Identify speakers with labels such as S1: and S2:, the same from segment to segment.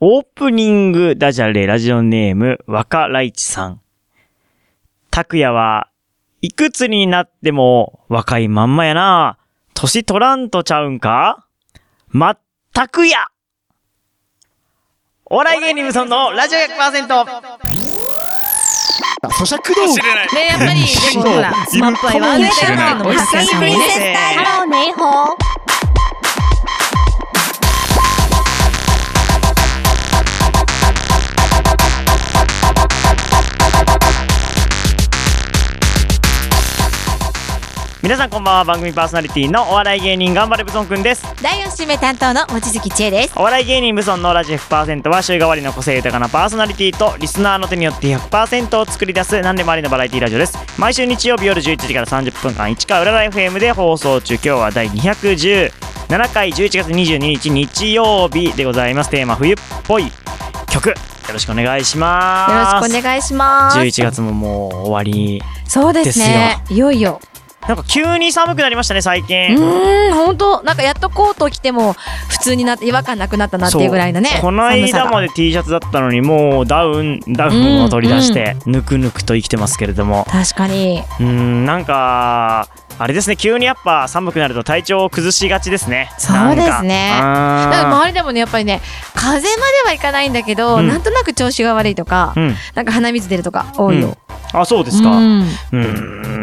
S1: オープニングダジャレラジオネーム、若ライチさん。拓也はいくつになっても若いまんまやな。歳取らんとちゃうんかまったくやお笑い芸人無尊のラジオ 100%!
S2: 咀嚼道具
S3: 知れない。
S4: ね、やっぱり、でもほら、スマップは言わないけど、のも博士さんにね。
S5: ハローネイホー。
S1: 皆さんこんばんは、番組パーソナリティのお笑い芸人頑張れブソンくんです。
S4: 第4週目担当の望月千恵です。
S1: お笑い芸人無尊のラジオ100%は週替わりの個性豊かなパーソナリティとリスナーの手によって100%を作り出す何でもありのバラエティラジオです毎週日曜日夜11時から30分間1回裏ラ FM で放送中今日は第217回11月22日日曜日でございますテーマ冬っぽい曲よろしくお願いし
S4: よろ
S1: ます
S4: しくお願いします。
S1: 11月ももう終わり
S4: そうですね。いよいよ。
S1: なんか急に寒くなりましたね最
S4: う
S1: 近
S4: ーん、本当なんかやっとコート着ても、普通になって、違和感なくなったなっていうぐらいのね。
S1: この間まで T シャツだったのにもうダウンダウンを取り出してぬくぬくと生きてますけれども
S4: 寒さが。確かに。
S1: うーんなんかあれですね急にやっぱ寒くなると体調を崩しがちですね
S4: そうですね
S1: な
S4: だ
S1: ん
S4: から
S1: か
S4: 周りでもね、やっぱりね、風邪まではいかないんだけど、
S1: うん
S4: なんとなく調子が悪いとか
S1: う、ん、うん
S4: なんか鼻水出るとか多いよ。
S1: あそうですか
S4: う
S1: うんー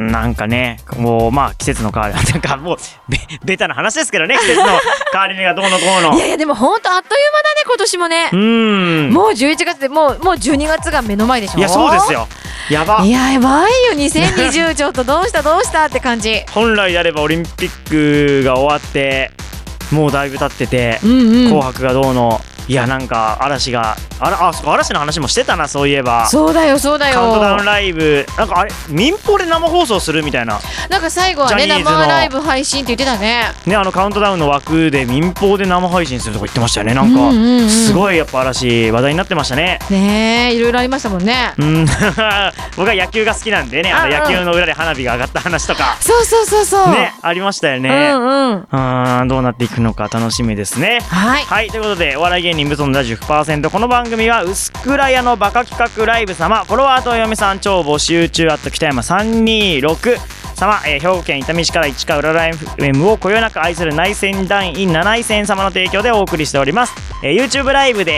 S1: んなんかねもうまあ季節の変わり なんかもうべベタな話ですけどね季節 の変わり目がどうのこうの
S4: いやいや、でも本当あっという間だね、今年もね
S1: う。ーん
S4: もう11月でもうもう12月が目の前でしょ
S1: いやそうですよやば
S4: いややばいよ2020ちょっとどうしたどうしたって感じ
S1: 本来であればオリンピックが終わってもうだいぶ経ってて
S4: うんう
S1: 紅
S4: ん
S1: 白がどうのいやなんか嵐があらあそうか嵐の話もしてたなそういえば
S4: そうだよそうだ
S1: カウントダウン
S4: よ
S1: ライブなんかあれ民放で生放送するみたいな
S4: なんか最後はね
S1: ジャニーズ
S4: 生
S1: の
S4: ライブ配信って言ってたね
S1: ねあのカウントダウンの枠で民放で生配信するとか言ってましたよねなんか、
S4: うんうんうん
S1: すごいやっぱ嵐話題になってましたね
S4: ねえいろいろありましたもんね
S1: うん 僕は野球が好きなんでねあの
S4: ああ
S1: 野球の裏で花火が上がった話とか
S4: そうそうそうそう
S1: ねありましたよ
S4: う
S1: ね、
S4: んうん
S1: うーんどうなっていくのか楽しみですね
S4: はい
S1: はい、ということで、お笑い芸人、無尊のラジオ100%。この番組は、薄倉屋のバカ企画ライブ様、フォロワーとお嫁さん超募集中、あと北山326様、えー兵庫県伊丹市から市川浦ライフ M をこよなく愛する内戦団員七井戦様の提供でお送りしております。えー YouTube ライブで、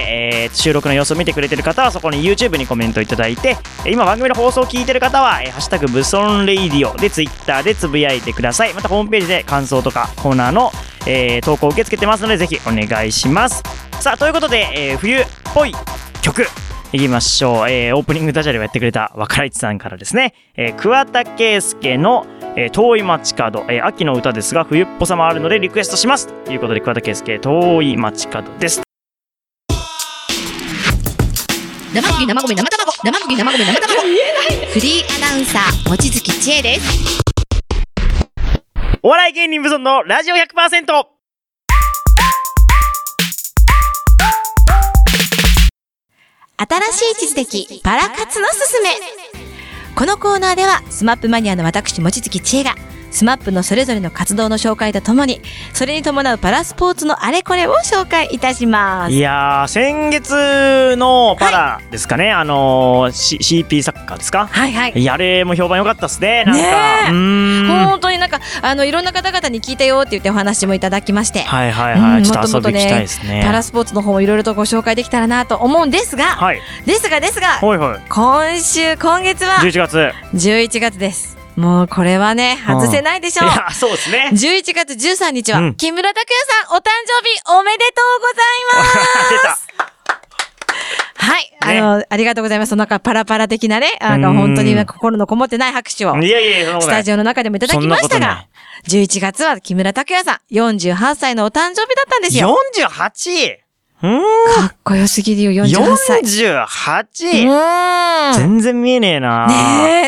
S1: えー収録の様子を見てくれてる方は、そこに YouTube にコメントいただいて、えー今番組の放送を聞いてる方は、えーハッシュタグ、無尊レイディオで Twitter でつぶやいてください。また、ホームページで感想とかコーナーのえー投稿受け付けてますのでぜひお願いしますさあということで、えー冬っぽい曲いきましょう、えーオープニングダジャレをやってくれた若市さんからですね、えー桑田佳祐の、えー遠い街角」えー秋の歌ですが冬っぽさもあるのでリクエストしますということで桑田佳祐「遠い街角」です
S6: 生麦生米生卵生麦生米生卵フリーアナウンサー望月千恵です
S1: お笑い芸人無尊のラジオ100%
S4: 新しい地図的パラ活のすすめこのコーナーではスマップマニアの私望月千恵がスマップのそれぞれの活動の紹介とともにそれに伴うパラスポーツのあれこれを紹介いたします
S1: いやー先月のパラですかね、あのー、C- CP サッカーですか
S4: はいはい
S1: いやあれも評判良かったっすねなんか
S4: ね
S1: う
S4: え
S1: ーん
S4: 本当になんかあのいろんな方々に聞いたよって言ってお話もいただきまして、
S1: はいはいはい、
S4: うん
S1: ちょっと
S4: も
S1: 遊
S4: っともっと
S1: び
S4: ね
S1: 行きたいですね。
S4: パラスポーツの方もいろいろとご紹介できたらなと思うんですが、
S1: はい、
S4: ですがですが
S1: ほいほい、
S4: 今週今月は
S1: 11月。
S4: 11月ですもうこれはね外せないでしょ、
S1: いうや、そうですね。
S4: 11月13日は、
S1: うん
S4: 木村拓哉さんお誕生日おめでとうございます はい、
S1: ね
S4: あの、ありがとうございます。なんかパラパラ的なね、なんか本当になんか心のこもってない拍手を
S1: 出た。いやいやいや、そんなこ
S4: ス
S1: とな
S4: タ
S1: い。
S4: ジオの中でもいただきました
S1: そんな
S4: が、11月は木村拓哉さん、48歳のお誕生日だったんですよ。
S1: 48! うーん、
S4: かっこよすぎるよ、48歳。う
S1: 48!
S4: ーん。
S1: 全然見えねえな
S4: ね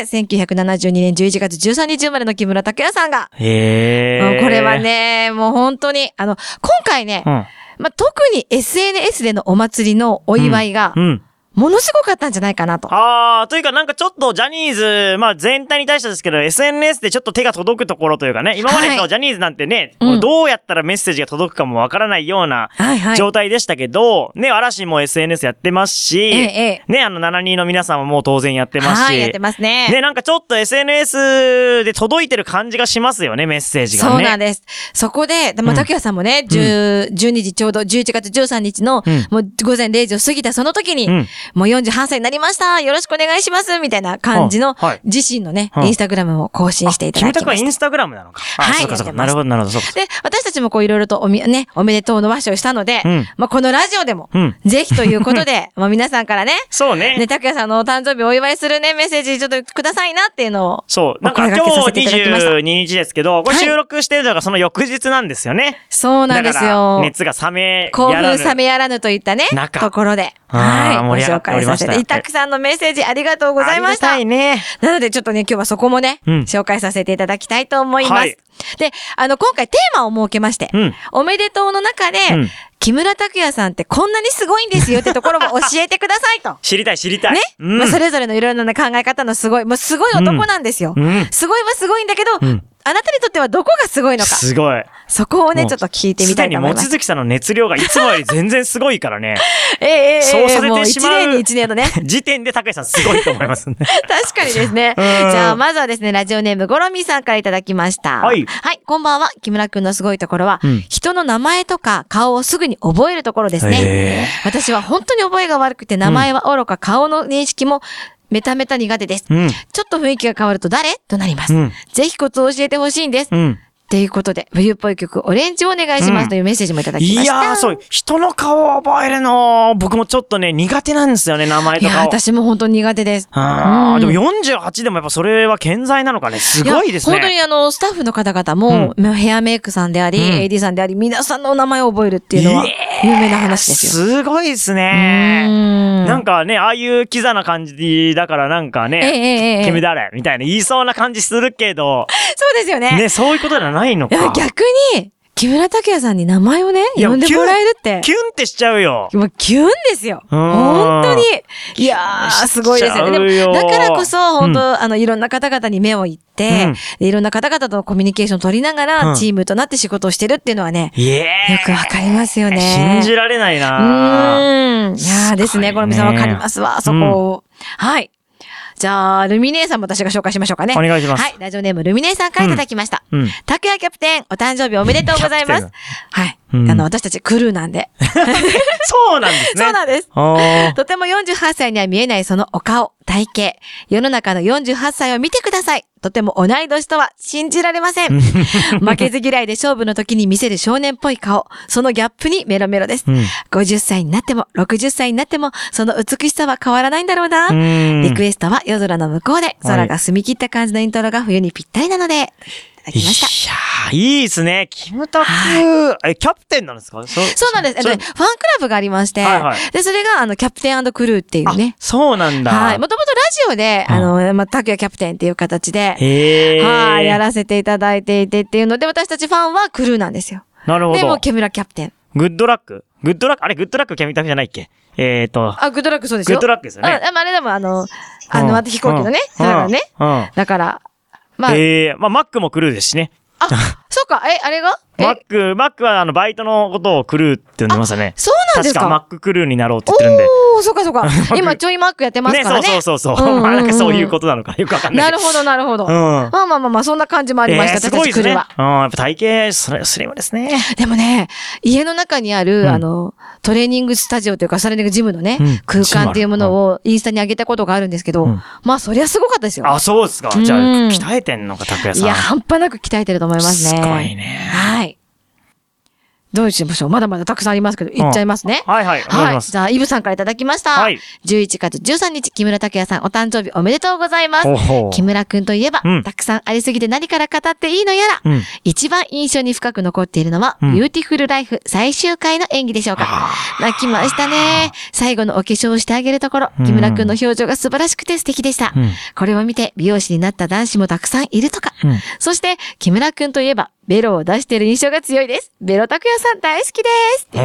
S4: え、1972年11月13日生まれの木村拓哉さんが、
S1: へ
S4: も
S1: え。
S4: うこれは。ね、もう本当に、あの、今回ね
S1: う、ん。
S4: まあ、特に SNS でのお祭りのお祝いが
S1: う、ん。
S4: ものすごかったんじゃないかなと。
S1: あー、というかなんかちょっとジャニーズ、まあ全体に対してですけど、SNS でちょっと手が届くところというかね、今まで
S4: は
S1: の
S4: い
S1: ジャニーズなんてね、
S4: うん
S1: どうやったらメッセージが届くかもわからないような
S4: はいはい。
S1: 状態でしたけど、ね、嵐も SNS やってますし、
S4: えええ
S1: ね、あの72の皆さんももう当然やって
S4: え。
S1: ます
S4: はい、
S1: し、
S4: やってますね。
S1: ね、なんかちょっと SNS で届いてる感じがしますよね、メッセージがね。
S4: そうなんです。そこで、まあ、竹谷さんもね、10 12時ちょうど、11月13日の、
S1: うん
S4: もう午前0時を過ぎたその時に、
S1: うん
S4: もう48歳になりましたよろしくお願いしますみたいな感じの、
S1: はいはい
S4: 自身のね、
S1: うん
S4: インスタグラムを更新していた
S1: キ
S4: だ
S1: ム
S4: き
S1: タクは
S4: ま
S1: イ
S4: した。
S1: ンスタグラムなのか。あ
S4: はい
S1: そうかそう
S4: や
S1: か。
S4: って
S1: な
S4: ま
S1: る
S4: す
S1: ほど、なるほど、そうか。
S4: で、私たちもこういろいろとおみ、ね、おめでとうの和紙をしたので、
S1: うん
S4: まあ、このラジオでも、
S1: うん
S4: ぜひというこ とで、まあ、皆さんからね、
S1: そうね。
S4: ね、拓也さんのお誕生日お祝いするね、メッセージちょっとくださいなっていうのを、
S1: そう。
S4: ま
S1: な
S4: あ
S1: んか
S4: 声
S1: 今
S4: 掛けさ
S1: 日
S4: せていただきました
S1: 22日ですけど、これ
S4: はい
S1: 収録してるのがその翌日なんですよね。
S4: そうなんです
S1: だか
S4: よ
S1: ら。熱が冷め、
S4: 興
S1: やら
S4: 奮
S1: ぬ
S4: 冷めやらぬといったね、
S1: 中
S4: ところで、
S1: あー
S4: はい、ご
S1: 盛り上がってお
S4: 紹介
S1: り
S4: さ
S1: まし
S4: せ
S1: た
S4: て、いたくさんのメッセージありがとうございました。
S1: ありがたいね。
S4: なのでちょっとね、今日はそこもね、
S1: うん
S4: 紹介させていただきたいと思います。
S1: はい
S4: で、あの、今回テーマを設けまして、
S1: うん
S4: おめでとうの中で、
S1: うん。
S4: 木村拓哉さんってこんなにすごいんですよってところも教えてくださいと
S1: 知りたい、知りたい。
S4: ね、
S1: うん
S4: まあ、それぞれのいろいろな考え方のすごい、もうすごい男なんですよ。
S1: うん
S4: すごいはすごいんだけど、
S1: うん
S4: あなたにとってはどこがすごいのか、
S1: すごい。
S4: そこをね、
S1: もう
S4: ちょっと聞いてみたいと思います
S1: す。でに望月さんの熱量がいつもより全然すごいから ね。
S4: ええええええ
S1: そうされ
S4: もう
S1: てし
S4: 一
S1: まう。
S4: 年に一年のね。
S1: 時点で高橋さんすごいと思い ますね。
S4: 確かにですね。じゃあ、まずはですね、ラジオネーム、ゴロミさんからいただきました。
S1: はい
S4: こんばんは。木村くんのすごいところは、
S1: うん
S4: 人の名前とか顔をすぐに覚えるところですね。私は本当に覚えが悪くて、名前はおろか、顔の認識もメタメタ苦手です。
S1: うん。
S4: ちょっと雰囲気が変わると誰となります。
S1: うん
S4: ぜひコツを教えてほしいんです。
S1: う
S4: っ
S1: ん。
S4: ていうことで、冬っぽい曲、オレンジをお願いしますというメッセージもいただき
S1: い
S4: ました。
S1: やー、そう、人の顔を覚えるの、僕もちょっとね、苦手なんですよね、名前
S4: い
S1: と
S4: や、
S1: かを。
S4: 私も本当に苦手です。
S1: あ
S4: うん
S1: ーでも48でもやっぱそれは健在なのかね。すごいですね。
S4: や本当にあの、スタッフの方々も、ヘアメイクさんであり、
S1: うん
S4: AD さんであり、皆さんのお名前を覚えるっていうのは
S1: え、
S4: 有名な話ですよ。
S1: すごいです
S4: う
S1: ね。
S4: ーん
S1: なんかね、ああいうキザな感じだからなんか
S4: ええ
S1: ね、
S4: ええええ
S1: 君誰みたいな言いそうな感じするけど、
S4: そうですよね。
S1: ね、そういうことじゃないの
S4: いや
S1: か。
S4: 逆に、木村拓哉さんに名前をね、
S1: いや
S4: 呼んでもらえるって
S1: キ。ュンってしちゃうよ。
S4: もうキュンですよ。
S1: うん
S4: 本当に。いやー、すごいですよ
S1: しち
S4: ね。
S1: ゃ
S4: で
S1: うよ
S4: も、だからこそ、
S1: う
S4: 本
S1: ん
S4: 当、あの、いろんな方々に目をいって、
S1: うん
S4: でいろんな方々とのコミュニケーションを取りながら、
S1: うん
S4: チームとなって仕事をしてるっていうのはね、
S1: いえ
S4: よくわかりますよね。
S1: 信じられないうな
S4: ーん。いやーですね。
S1: すごいね
S4: このみさんわかりますわ、そこを。はい。じゃあ、ルミネーさんも私が紹介しましょうかね。
S1: お願いします
S4: はい。ラジオネーム、ルミネーさんからいただきました。
S1: うんうん
S4: 拓也キャプテン、お誕生日おめでとうございま
S1: キャ
S4: す
S1: プ。
S4: はい。
S1: うん
S4: あの、私たちクルーな んで。
S1: そうなんですね。
S4: そうなんです。
S1: あー
S4: とても48歳には見えないそのお顔、体型。世の中の48歳を見てください。とても同い年とは信じられま せん。負けず嫌いで勝負の時に見せる少年っぽい顔。そのギャップにメロメロです。
S1: うん
S4: 50歳になっても、60歳になっても、その美しさは変わらないんだろうな。
S1: うん
S4: リクエストは夜空の向こうで、空が澄み切った感じのイントロが冬にぴったりなので、いただきました。
S1: いやー、いいですね。キムタク、え、キャプテンなんですかそ
S4: そうなんです。えっとね
S1: そ
S4: ファンクラブがありまして、
S1: はいはい
S4: で、それが、あの、キャプテンクルーっていうね
S1: あ。そうなんだ。
S4: はい。もともとラジオで、
S1: うん
S4: あの、まあ、拓也キャプテンっていう形で、
S1: へえ。
S4: はい、やらせていただいていてっていうので、私たちファンはクルーなんですよ。
S1: なるほ
S4: で、もう
S1: ど。
S4: 木村キャプテン。
S1: グッドラックグッドラックあれ、グッドラックキャミタクじゃないっけえーと、
S4: あ、グッドラックそうです
S1: グ
S4: よ。
S1: ッドラックですよね
S4: あ、ああれでもあの、あ
S1: うん
S4: の、私飛行機のね、
S1: うん
S4: だからね。
S1: うん。
S4: だから、まあ、
S1: ええ、まあ、マックもクルーですしね。
S4: あ、そうか、え、あれがえ
S1: マック、マックはあの、バイトのことをクルーって呼んでましたね。
S4: そうなんですか
S1: 確かマッククルーになろうって
S4: お
S1: 言ってるんで。
S4: おー、そうか そうか。今ちょいマークやってますからね。
S1: そうそうそう
S4: うん
S1: そうう。
S4: ん
S1: まあ、なんかそういうことなのかよくわかんない け
S4: な
S1: ど。
S4: るほど、なるほど。
S1: うん
S4: まあまあまあまあ、そんな感じもありました。
S1: えーすごいで
S4: 私たち
S1: す
S4: 来
S1: ね。う
S4: る
S1: ん、
S4: わ。
S1: やっぱ体型、それ、スリムですね。
S4: でもね、家の中にある、
S1: ん
S4: あの、トレーニングスタジオというか、トレーニングジムのね、
S1: うん
S4: 空間っていうものをインスタに上げたことがあるんですけど、
S1: うん
S4: まあ、そりゃすごかったですよ。
S1: あ、そうですか。じゃあ、
S4: うん
S1: 鍛えてんのか、拓也さ
S4: い
S1: ん。
S4: や、半端なく鍛えてると思いますね。
S1: すごいね
S4: はい。どうしましょうまだまだたくさんありますけど、いっちゃいますね。
S1: はいはい、お願いし
S4: はい。
S1: ます。
S4: じゃあ、イブさんからいただきました。
S1: はい
S4: 11月13日、木村拓哉さん、お誕生日おめでとうございます
S1: ほうほう。
S4: 木村くんといえば、
S1: うん
S4: たくさんありすぎて何から語っていいのやら、
S1: うん
S4: 一番印象に深く残っているのは、
S1: うん
S4: ビューティフルライフ最終回の演技でしょうか。泣きましたね。最後のお化粧をしてあげるところ、
S1: ん
S4: 木村くんの表情が素晴らしくて素敵でした。
S1: うん
S4: これを見て、美容師になった男子もたくさんいるとか。
S1: うん
S4: そして、木村くんといえば、ベロを出している印象が強いです。ベロ拓哉さん大好きです。
S1: こ
S4: こ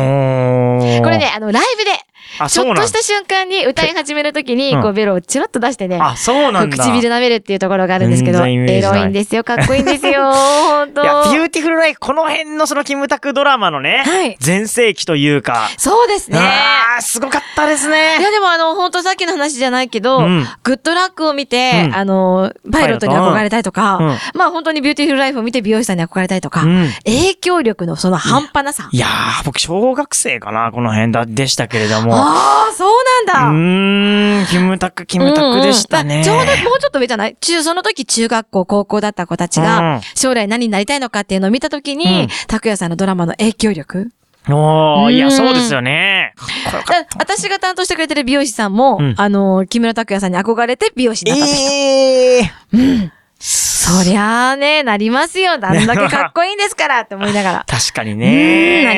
S4: れね、あの、ライブで、
S1: あ、
S3: ち
S1: そう
S3: ょっ
S1: な
S3: と
S1: ん
S3: し
S1: だ。
S3: た瞬間に歌い始めるときに、
S1: うん
S3: こうベロをチロッと出してね、
S1: あ、そうなんだ。
S3: 唇舐めるっていうところがあるんですけど、
S1: 全然イメー
S3: エ
S1: ジない
S3: ロいんですよ、かっこいいんです よ、本当
S1: いや、ビューティフルライフ、この辺のそのキムタクドラマのね、
S4: はい
S1: 全盛期というか、
S4: そうですね。
S1: あー、すごかったです
S4: い
S1: ね。
S4: やでもあの、本当さっきの話じゃないけど、
S1: うん
S4: グッドラックを見て、
S1: うん
S4: あの、パイロットに憧れたいとか、
S1: うんうん
S4: まあ本当にビューティフルライフを見て美容師さんに憧れたいとか、
S1: うん
S4: 影響力のその半端なさ。
S1: いやー、僕、小学生かな、この辺だ、でしたけれども。
S4: ああ、そう
S1: う
S4: なん
S1: ー
S4: だ。
S1: ん、キムタク、キムタクでしたね。
S4: うんうんまあちょうどもうちょっと上じゃない中、その時中学校、高校だった子たち
S1: うん
S4: が、将来何になりたいのかっていうのを見た時
S1: うん
S4: に、拓也さんのドラマの影響力。
S1: おー、いうや、
S4: ん
S1: そうですよね。かっこよかっ
S4: だ私が担当してくれてる美容師さんも、
S1: うん
S4: あの、木村拓哉さんに憧れて美容師
S1: た
S4: になったと。
S1: えー。
S4: そりゃあね、なりますよ。あんだけかっこいいんですからって思いながら
S1: 確かに
S4: うん、なり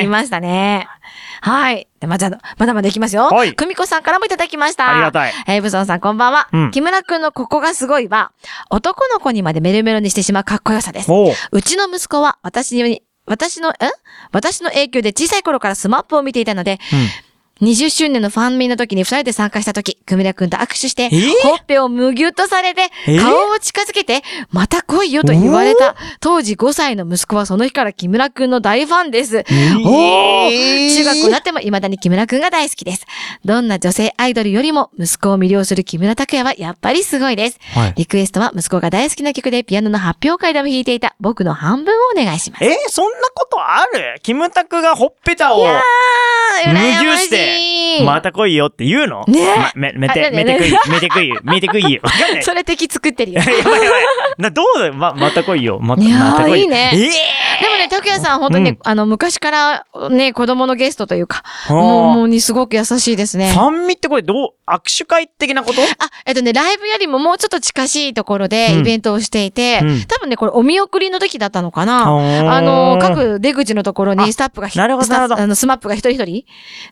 S1: ね。
S4: ましたね。はい。でまだ、まだまだいきますよ。
S1: はい
S4: 久美子さんからもいただきました。
S1: ありがたい。
S4: えー、ブソンさんこんばんは。
S1: うん
S4: 木村くんのここがすごいは、男の子にまでメルメロにしてしまうかっこよさです。
S1: おう
S4: うちの息子は私に、私の、ん私の影響で小さい頃からスマップを見ていたので、20周年のファンミーの時に二人で参加した時、久村くんと握手して、
S1: ー
S4: ほっぺをむぎゅっとされて
S1: え、ー
S4: 顔を近づけて、また来いよと言われた、当時5歳の息子はその日から木村くんの大ファンです。おー中学校になっても未だに木村くんが大好きです。どんな女性アイドルよりも息子を魅了する木村拓哉はやっぱりすごいです。
S1: はい
S4: リクエストは息子が大好きな曲でピアノの発表会でも弾いていた僕の半分をお願いします。
S1: えー、そんなことあるキムタクがほっぺたを、
S4: あ
S1: むぎゅして、また来いよって言うの
S4: ねえ
S1: まめ、め
S4: あ
S1: て、
S4: なんで
S1: めてくい、めてくい、 めてくいよ。わかんない。
S4: それ敵作ってる よ。
S1: やばいやばい。な、どうだよ。ま、また来いよ。ま、
S4: いやー
S1: また来いよ。
S4: いいね
S1: え
S4: でもね、拓也さん本当にね、
S1: うん
S4: あの、昔からね、子供のゲストというか、
S1: え
S4: もう、もうにすごく優しいですね
S1: フ。ァンミってこれどう、握手会的なこと
S4: あ、えっとね、ライブよりももうちょっと近しいところ
S1: う
S4: で
S1: ん
S4: イベントをしていて、
S1: うん
S4: 多分ね、これお見送りの時だったのかな。
S1: あ
S4: あの、、各出口のところにスタッフがひ、
S1: なるほど
S4: スタッフ
S1: なるほど
S4: あの、スマップが一人一人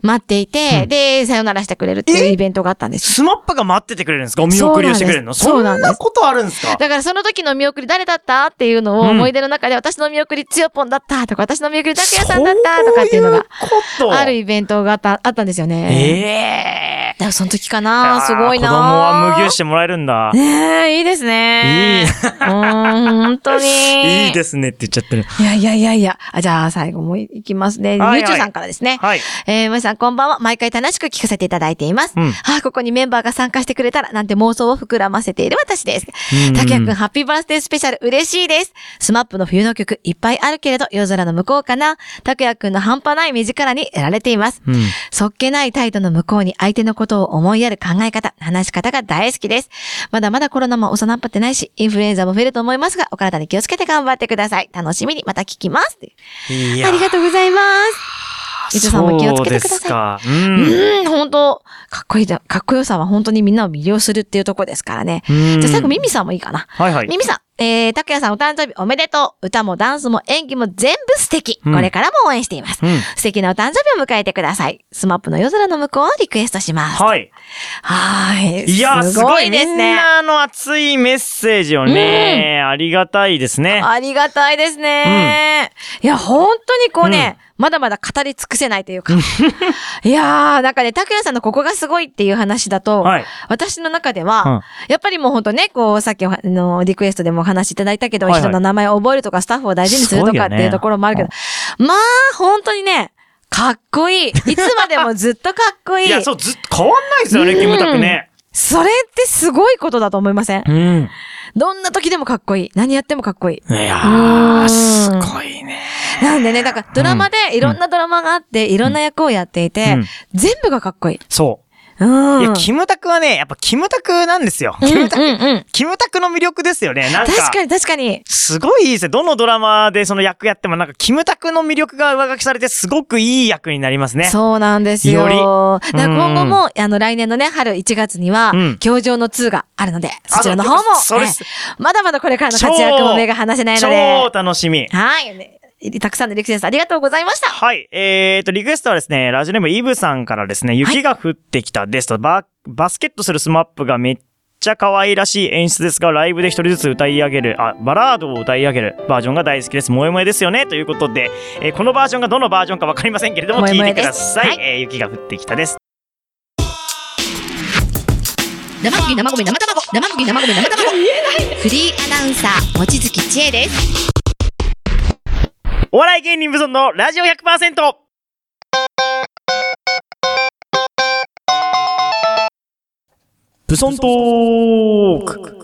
S4: 待っていて、
S1: うん
S4: で、さよならしてくれるっていうイベントがあったんです。
S1: スマップが待っててくれるんですかお見送りをしてくれるのそ
S4: そ
S1: ん
S4: うなんです
S1: なことあるんですか
S4: だからその時の見送り誰だったっていうのを
S1: うん
S4: 思い出の中で、私の見送りつよぽんだったとか、私の見送り拓也さんだったとかっていうのが
S1: そういうこと
S4: あるイベントがあった、あったんですよね。
S1: ええ
S4: だからその時かなすごいな
S1: 子供は無牛してもらえるんだ。
S4: ねえ、いいですね。
S1: いいう
S4: ーん、本当 に。
S1: いいですねって言っちゃってる。
S4: いやいやいやいや。あじゃあ、最後もいいきますね。
S1: はいはい
S4: ゆうちゅうさんからですね。
S1: はい。
S4: えー、皆さんこんばんは。毎回楽しく聞かせていただいています。
S1: うん
S4: はあ、ここにメンバーが参加してくれたら、なんて妄想を膨らませている私です。
S1: うん
S4: たきやくん、ハッピーバースデースペシャル、嬉しいです。スマップの冬の曲、いっぱいあるけれど、夜空の向こうかな。たくやくんの半端ない目力にやられています。
S1: うん
S4: そっけない態度の向こうに相手のことを思いやる考え方、話し方が大好きです。まだまだコロナも収まってないし、インフルエンザも増えると思いますが、お体に気をつけて頑張ってください。楽しみにまた聞きます。
S1: いや
S4: ありがとうございます。伊藤さんも気をつけてくださ
S1: い。
S4: い。
S1: そうですか。
S4: うん、本当かっこいいだ、かっこよさは本当にみんなを魅了するっていうところですからね。
S1: うん。
S4: じゃあ最後、ミ
S1: 耳
S4: ミさんもいいかな。
S1: はいはい。
S4: ミミさん、えー、たくやさんお誕生日おめでとう。歌もダンスも演技も全部素敵。
S1: うん
S4: これからも応援しています。
S1: うん
S4: 素敵なお誕生日を迎えてください。スマップの夜空の向こうをリクエストします。
S1: はい。
S4: はーい。
S1: いや、す
S4: す
S1: ご
S4: ご
S1: い
S4: いです
S1: みん
S4: ね。
S1: なあの熱いメッセージをね、ありがたいですね。
S4: ありがたいですね。いや、本当にこうね、まだまだ語り尽くせないというか。 いやー、なんかね、拓也さんのここがすごいっていう話だと、
S1: はい。
S4: 私の中では、
S1: うん
S4: やっぱりもうほんとね、こう、さっきおあのリクエストでもお話しいただいたけど、
S1: はいはい
S4: 人の名前を覚えるとか、スタッフを大事にするとかって
S1: すごい
S4: い
S1: よ
S4: う
S1: ね
S4: ところもあるけど、まあ、本当にね、かっこいい。いつまでもずっとかっこいい。
S1: いや、そう、ずっと変わんないですよね、
S4: うん
S1: キムタクね。
S4: それってすごいことだと思いません
S1: うん。
S4: どんな時でもかっこいい。何やってもかっこい
S1: い
S4: い。
S1: や
S4: う
S1: ー、
S4: ん
S1: すごいね。
S4: なんでね、だからドラマで、いろんなドラマがあって、いろんな役をやっていて、
S1: うん
S4: 全部がかっこいい。
S1: そうう。
S4: ん。
S1: いや、キムタクはね、やっぱキムタクなんですよ。キムタク、
S4: うんうんうん。
S1: キムタクの魅力ですよね。なんか。
S4: 確かに確かに。
S1: すごいいいですね。どのドラマでその役やってもなんか、キムタクの魅力が上書きされて、すごくいい役になりますね。
S4: そうなんですよ。
S1: より
S4: だから今後
S1: うん
S4: も、あの、来年のね、春1月には
S1: うん、
S4: 教場の2があるので、
S1: あ
S4: そちらの方も、
S1: それ
S4: ええまだまだこれからの活躍も目が離せないの
S1: 超
S4: で、
S1: 楽しみ。
S4: はいね。たくさんのリクエストありがとうございました。
S1: はい。えー、と、リクエストはですね、ラジオネームイブさんからですね、雪が降ってきたですと、ババスケットするスマップがめっちゃ可愛らしい演出ですが、ライブで一人ずつ歌い上げる、あ、バラードを歌い上げるバージョンが大好きです。萌え萌えですよね。ということで、えーこのバージョンがどのバージョンかわかりませんけれども、
S4: 萌え
S1: 聞い
S4: 萌
S1: て
S4: え
S1: く
S4: です
S1: ださい。
S4: はい
S1: えー雪が降ってきたです。
S6: 生麦生米生卵生麦生米生卵フリーアナウンサー望月千恵です
S1: お笑い芸人無存のラジオ100%ブソントーク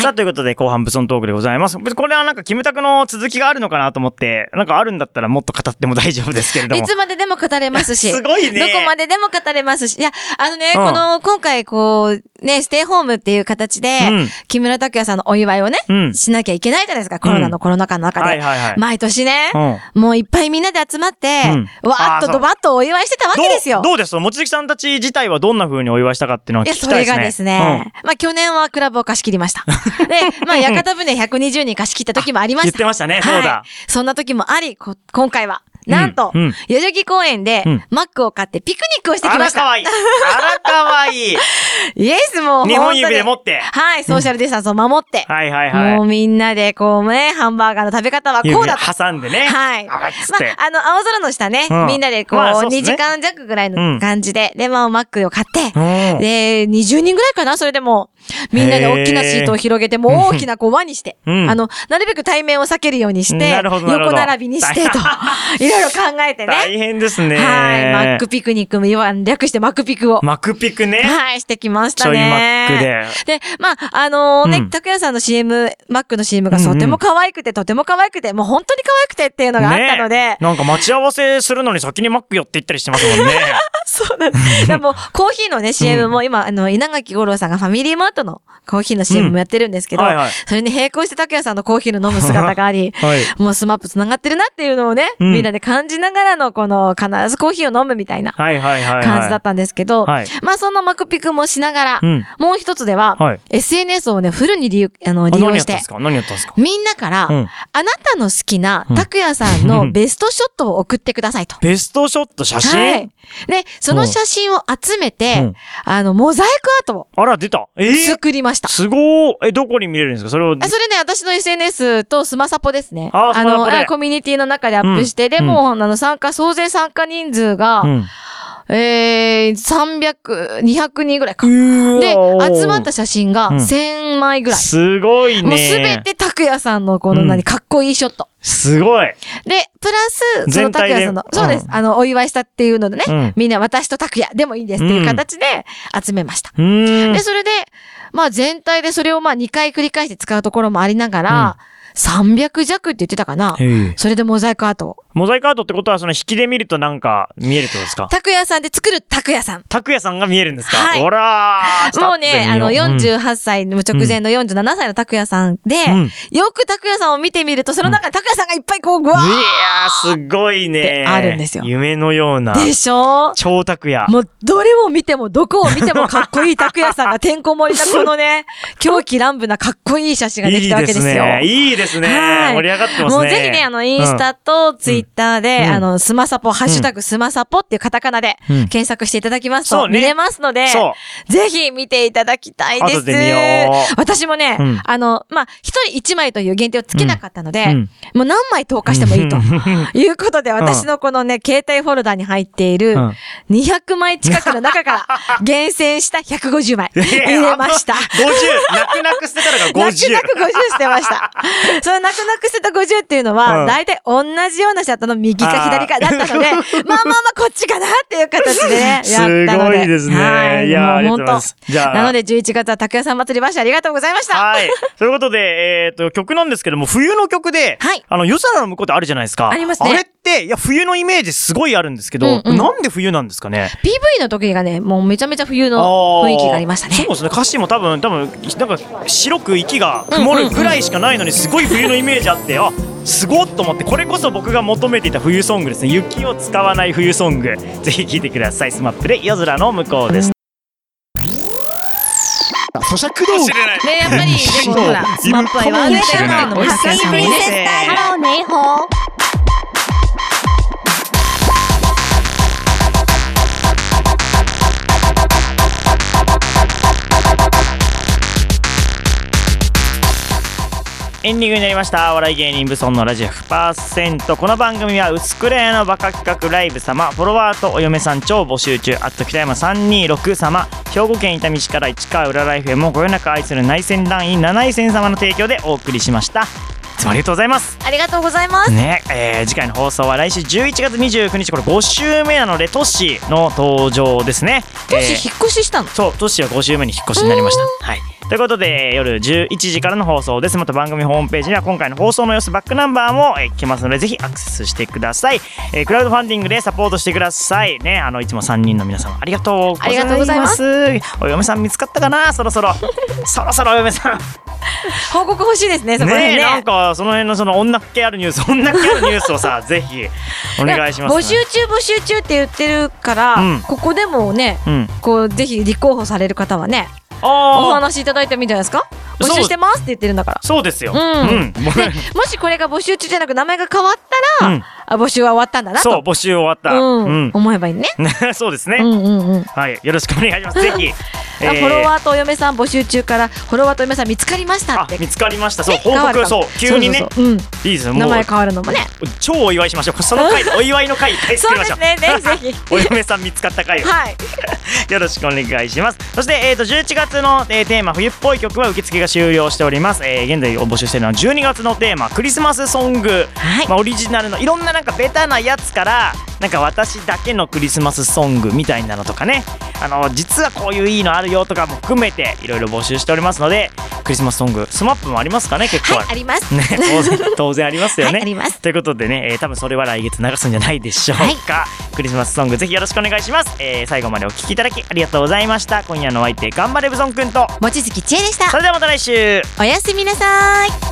S1: さあ、ということで、後半、ブソントークでございます。これはなんか、キムタクの続きがあるのかなと思って、なんかあるんだったらもっと語っても大丈夫ですけれど
S4: い
S1: も。
S4: つまででも語れますし。
S1: すごいね
S4: どこまででも語れますし。いや、あのね、
S1: うん
S4: この、今回こう、ね、ステイホームっていう形で、
S1: うん
S4: 木村拓哉さんのお祝いをね、
S1: うん
S4: しなきゃいけないじゃないですか、コロナのコロナ禍の中で。
S1: はいはいはい。
S4: 毎年ね、
S1: うん
S4: もういっぱいみんなで集まって、
S1: うん
S4: わーっ
S1: あーそう
S4: とドバッとお祝いしてたわけです
S1: ど
S4: よ。
S1: うどうです望月さんたち自体はどんな風にお祝いしたかっていうのはい
S4: や、
S1: 聞き
S4: そ
S1: たい
S4: れ
S1: ですね。
S4: がですね、まあ去年はクラブを貸し切りました。 で、まあ屋形船120人貸し切った時もあり
S1: うん
S4: ま
S1: 言
S4: し
S1: ったて。ましたね、
S4: はい
S1: そうだ。
S4: そんな時もあり、こ今回は、なんと、
S1: うんうん
S4: 代々木公園で
S1: うん、
S4: マックを買ってピクニックをしてき
S1: あ
S4: ま
S1: ら
S4: し
S1: か
S4: た。
S1: わいい。あらかわいい。
S4: イエス、 もう。
S1: 日本指で持
S4: 本
S1: って
S4: 当に。はい、ソーシャルディスタンスを守って。
S1: はいはいはい。
S4: もうみんなで、こうね、ハンバーガーの食べ方はこうだと。
S1: 挟んでね。
S4: はい。ま
S1: あ
S4: あ
S1: っつって。、
S4: あの、青空の下ね、
S1: うん
S4: みんなでこう、
S1: まあそうっすね
S4: 2時間弱ぐらいうの
S1: ん
S4: 感じで、で、まあ、マックを買って、
S1: うん
S4: で、20人ぐらいかなそれでも、みんなで大きなシートを広げて、もう大きなこう輪にして、
S1: うん
S4: あの、なるべく対面を避けるようにして、
S1: なるほどなるほ
S4: 横
S1: ど
S4: 並びにしてと、い ろいろ考えてね。
S1: 大変ですね。
S4: はい。マックピクニックも言わん、略してマックピクを。
S1: マックピクね。
S4: はい、してきまし
S1: ち
S4: た
S1: ょいマ
S4: ね。
S1: ックで。
S4: で、まあ、あの
S1: う
S4: ね
S1: ん、
S4: 拓、也、さんの CM、マックの CM が
S1: うんうん
S4: とても可愛くて、とても可愛くて、もう本当に可愛くてっていうのがあったので、
S1: ねなんか待ち合わせするのに先にマック寄って行ったりしてますもん ね。
S4: そうなんです。でもう、コーヒーのね、CM も今、あの、稲垣吾郎さんがファミリーマートのコーヒーの CM もやってるんですけど、
S1: うんはいはい
S4: それに並行して拓也さんのコーヒーの飲む姿が あり、
S1: はい
S4: もうスマップ繋がってるなっていうのをね、
S1: うん
S4: みんなで感じながらの、この、必ずコーヒーを飲むみたいな
S1: はいはいはいはい。
S4: 感じだったんですけど、
S1: はい
S4: まあ、そんなマクピクもしながら、
S1: うん
S4: もう一つでは、
S1: はい
S4: SNS をね、フルに利用あの
S1: あ
S4: 利
S1: 何
S4: 用
S1: やっ
S4: した
S1: んで
S4: て
S1: す、か何やったんですか
S4: みんなから、
S1: うん
S4: あなたの好きな
S1: うん
S4: 拓也さんのベストショットを送ってくださいと。
S1: ベストショット写
S4: は
S1: 真
S4: い。で、その写真を集めて、
S1: うん
S4: あの、モザイクアートを
S1: あら、出た。えー
S4: 作りました。
S1: すごー。え、どこに見れるんですかそれを。
S4: あそれね、私の SNS とスマサポですね。
S1: あースマサポ
S4: の、
S1: で
S4: あコミュニティの中でアップして、でも、あの、参加、総勢参加人数が、
S1: うん。
S4: えー、300、200人ぐらいか。で、集まった写真が
S1: うん
S4: 1000枚ぐらい。
S1: すごいね。
S4: もうすべて拓也さんのこの
S1: うん
S4: 何、かっこいいショット。
S1: すごい。
S4: で、プラス、その
S1: 全体
S4: 拓
S1: で
S4: 也さんの、そうです
S1: う。ん
S4: あの、お祝いしたっていうのでね、
S1: うん
S4: みんな私と拓也でもいいですっていう形で集めました。
S1: うーん
S4: で、。それで、まあ全体でそれをまあ2回繰り返して使うところもありながら、300弱って言ってたかな。
S1: へえ
S4: それでモザイクアートを。
S1: モザイクアートってことは、その引きで見るとなんか見えるってことですか
S4: 拓也さんで作る拓也さん。
S1: 拓也さんが見えるんですか
S4: はい
S1: ほらー
S4: もうね、あの、
S1: うん
S4: 48歳、もう直前の47歳の拓也さんで、
S1: う
S4: よく拓也さんを見てみると、その中に拓也さんがいっぱいこう、ぐわ
S1: いやー、すごいね。
S4: であるんですよ
S1: 夢のような。
S4: ーでしょ
S1: 超拓也。
S4: もう、どれを見ても、どこを見てもかっこいい拓也さんがてんこ盛りな、このね、狂気乱舞なかっこいい写真がで
S1: い
S4: き
S1: い
S4: たわけ
S1: で
S4: ですすよ。
S1: ね。いいですね。
S4: はい
S1: 盛り上がってますね。
S4: もうぜひね、あの、インスタとツイッターで、
S1: うん
S4: あの、スマサポ、ハッシュタグスマサポっていうカタカナで
S1: うん
S4: 検索していただきます
S1: そ
S4: と、
S1: うね
S4: 見れますの
S1: う
S4: で
S1: ん、そう。
S4: ぜひ見ていただきたいです。
S1: 後で見よう
S4: 私もね、
S1: うん
S4: あの、まあ、一人一枚という限定をつけなかったので、
S1: うんうん
S4: もう何枚投下してもいい と。いうことで、
S1: ん
S4: 私のこ のね、携帯フォルダに入っている
S1: うん
S4: 200枚近くの中から厳選した150枚入れま した。
S1: 50! 泣く泣く捨てたのが50。
S4: 泣く泣く50捨て ました。その泣く泣く捨てた50っていうのは、
S1: うん
S4: 大体同じようなシャットの右か左かだったので、まあまあまあこっちかなっていう形 でね、やったので。
S1: すごいですね
S4: はい。
S1: いやー
S4: もう
S1: ありがとうござい
S4: 本
S1: ます
S4: 当。
S1: じゃあ
S4: なので11月は拓也さん祭りましてありがとうございました。
S1: はい。ということで、えっ、と、曲なんですけども、冬の曲で、
S4: はい
S1: あの、夜空の向こうってあるじゃないですか。
S4: ありますね
S1: あれって、いや、冬のイメージすごいあるんですけど、
S4: うんうん
S1: なんで冬なんですかね
S4: PV の時がね、もうめちゃめちゃ冬の
S1: あー
S4: 雰囲気がありましたね
S1: そう。ですね。歌詞も多分、多分、なんか、白く息が曇るぐらいしかないのに、すごい冬のイメージあって、あ、すごっと思って、これこそ僕が求めていた冬ソングですね。雪を使わない冬ソング。ぜひ聴いてください。スマップで夜空の向こうです。
S2: 咀嚼道具
S4: ね、やっ ぱり、でもほら、スマップは言わないっていうのも拓也さんもね。
S6: ハローネイホー
S1: エンディングになりましたお笑い芸人ブソンのラジオ100%この番組は「うつくれのバカ企画ライブ様」フォロワーとお嫁さん超募集中あと北山326様兵庫県伊丹市から市川浦ライフへもこよなく愛する内戦団員7位戦様の提供でお送りしましたいつもありがとうございます
S3: ありがとうございます。
S1: ねえー次回の放送は来週11月29日これ5週目なのでトッシーの登場ですね
S4: トシ
S1: えー
S4: 引っ越ししたの
S1: そう、トシは5週目に引っ越しになりました。はい。ということで、夜11時からの放送です。また番組ホームページには今回の放送の様子、バックナンバーもえー聞けますので、ぜひアクセスしてください。えークラウドファンディングでサポートしてください。ね、あの、いつも3人の皆様、ありがとうございます。。
S3: ありがとうございます
S1: お嫁さん見つかったかなそろそ ろ。そろそろお嫁さん。
S4: 報告欲しいですねそこら
S1: ね
S4: 辺ね
S1: なんか、その辺のその女っ気あるニュース、女っ気あるニュースを さ、ぜひ、お願いします、
S4: 募集中募集中って言ってるから、
S1: うん
S4: ここでもね
S1: うん。
S4: こうぜひ立候補される方はねお
S1: ああ、
S4: 話いただいてもいいんじゃないですか募
S1: そう
S4: 集してますって言ってるんだから
S1: そうですよ。
S4: うん
S1: もう
S4: でもしこれが募集中じゃなく名前が変わったら、
S1: うん
S4: あ募集は終わったんだなと
S1: そう、募集終わった。
S4: うん
S1: うん。
S4: 思えばいいね
S1: そうですね。
S4: うんうんうん
S1: はい、よろしくお願いします。ぜひ、え
S4: あ
S1: ー
S4: フォロワーとお嫁さん募集中からフォロワーとお嫁さん見つかりました
S1: あ
S4: って
S1: 見つかりました。そう、
S4: ね
S1: 報
S4: 変わ
S1: 告、
S4: るか
S1: そう
S4: も、
S1: 急にね、
S4: そうそうそう
S1: いいですよ、
S4: うん、
S1: も
S4: 名
S1: う
S4: 前。変わるのもね
S1: 超お祝いしましょう。その 回、お祝いの回、大好
S4: そ
S1: き
S4: う
S1: ま
S4: で
S1: しょ
S4: す
S1: う。
S4: ねぜひぜひ
S1: お嫁さん見つかった回を
S4: はい
S1: よろしくお願いしますそして、えー、と11月の、えーテーマ「冬っぽい曲」は受付が終了しております、えー現在募集しているのは12月のテーマ「クリスマスソング」
S4: はい
S1: まあ、オリジナルのいろんななんかベタなやつからなんか私だけのクリスマスソングみたいなのとかねあの実はこういういいのあるよとかも含めていろいろ募集しておりますのでクリスマスソングスマップもありますかね結構、
S4: はいありま す
S1: ね、当 然当然ありますよね、
S4: はいあります
S1: ということでね、えー多分それは来月流すんじゃないでしょうか、クリスマスソングぜひよろしくお願いします、えー最後までお聴きいただきありがとうございました今夜のお相手頑張れブソンくんと
S4: 望月千恵でした
S1: それではまた来週
S4: おやすみなさい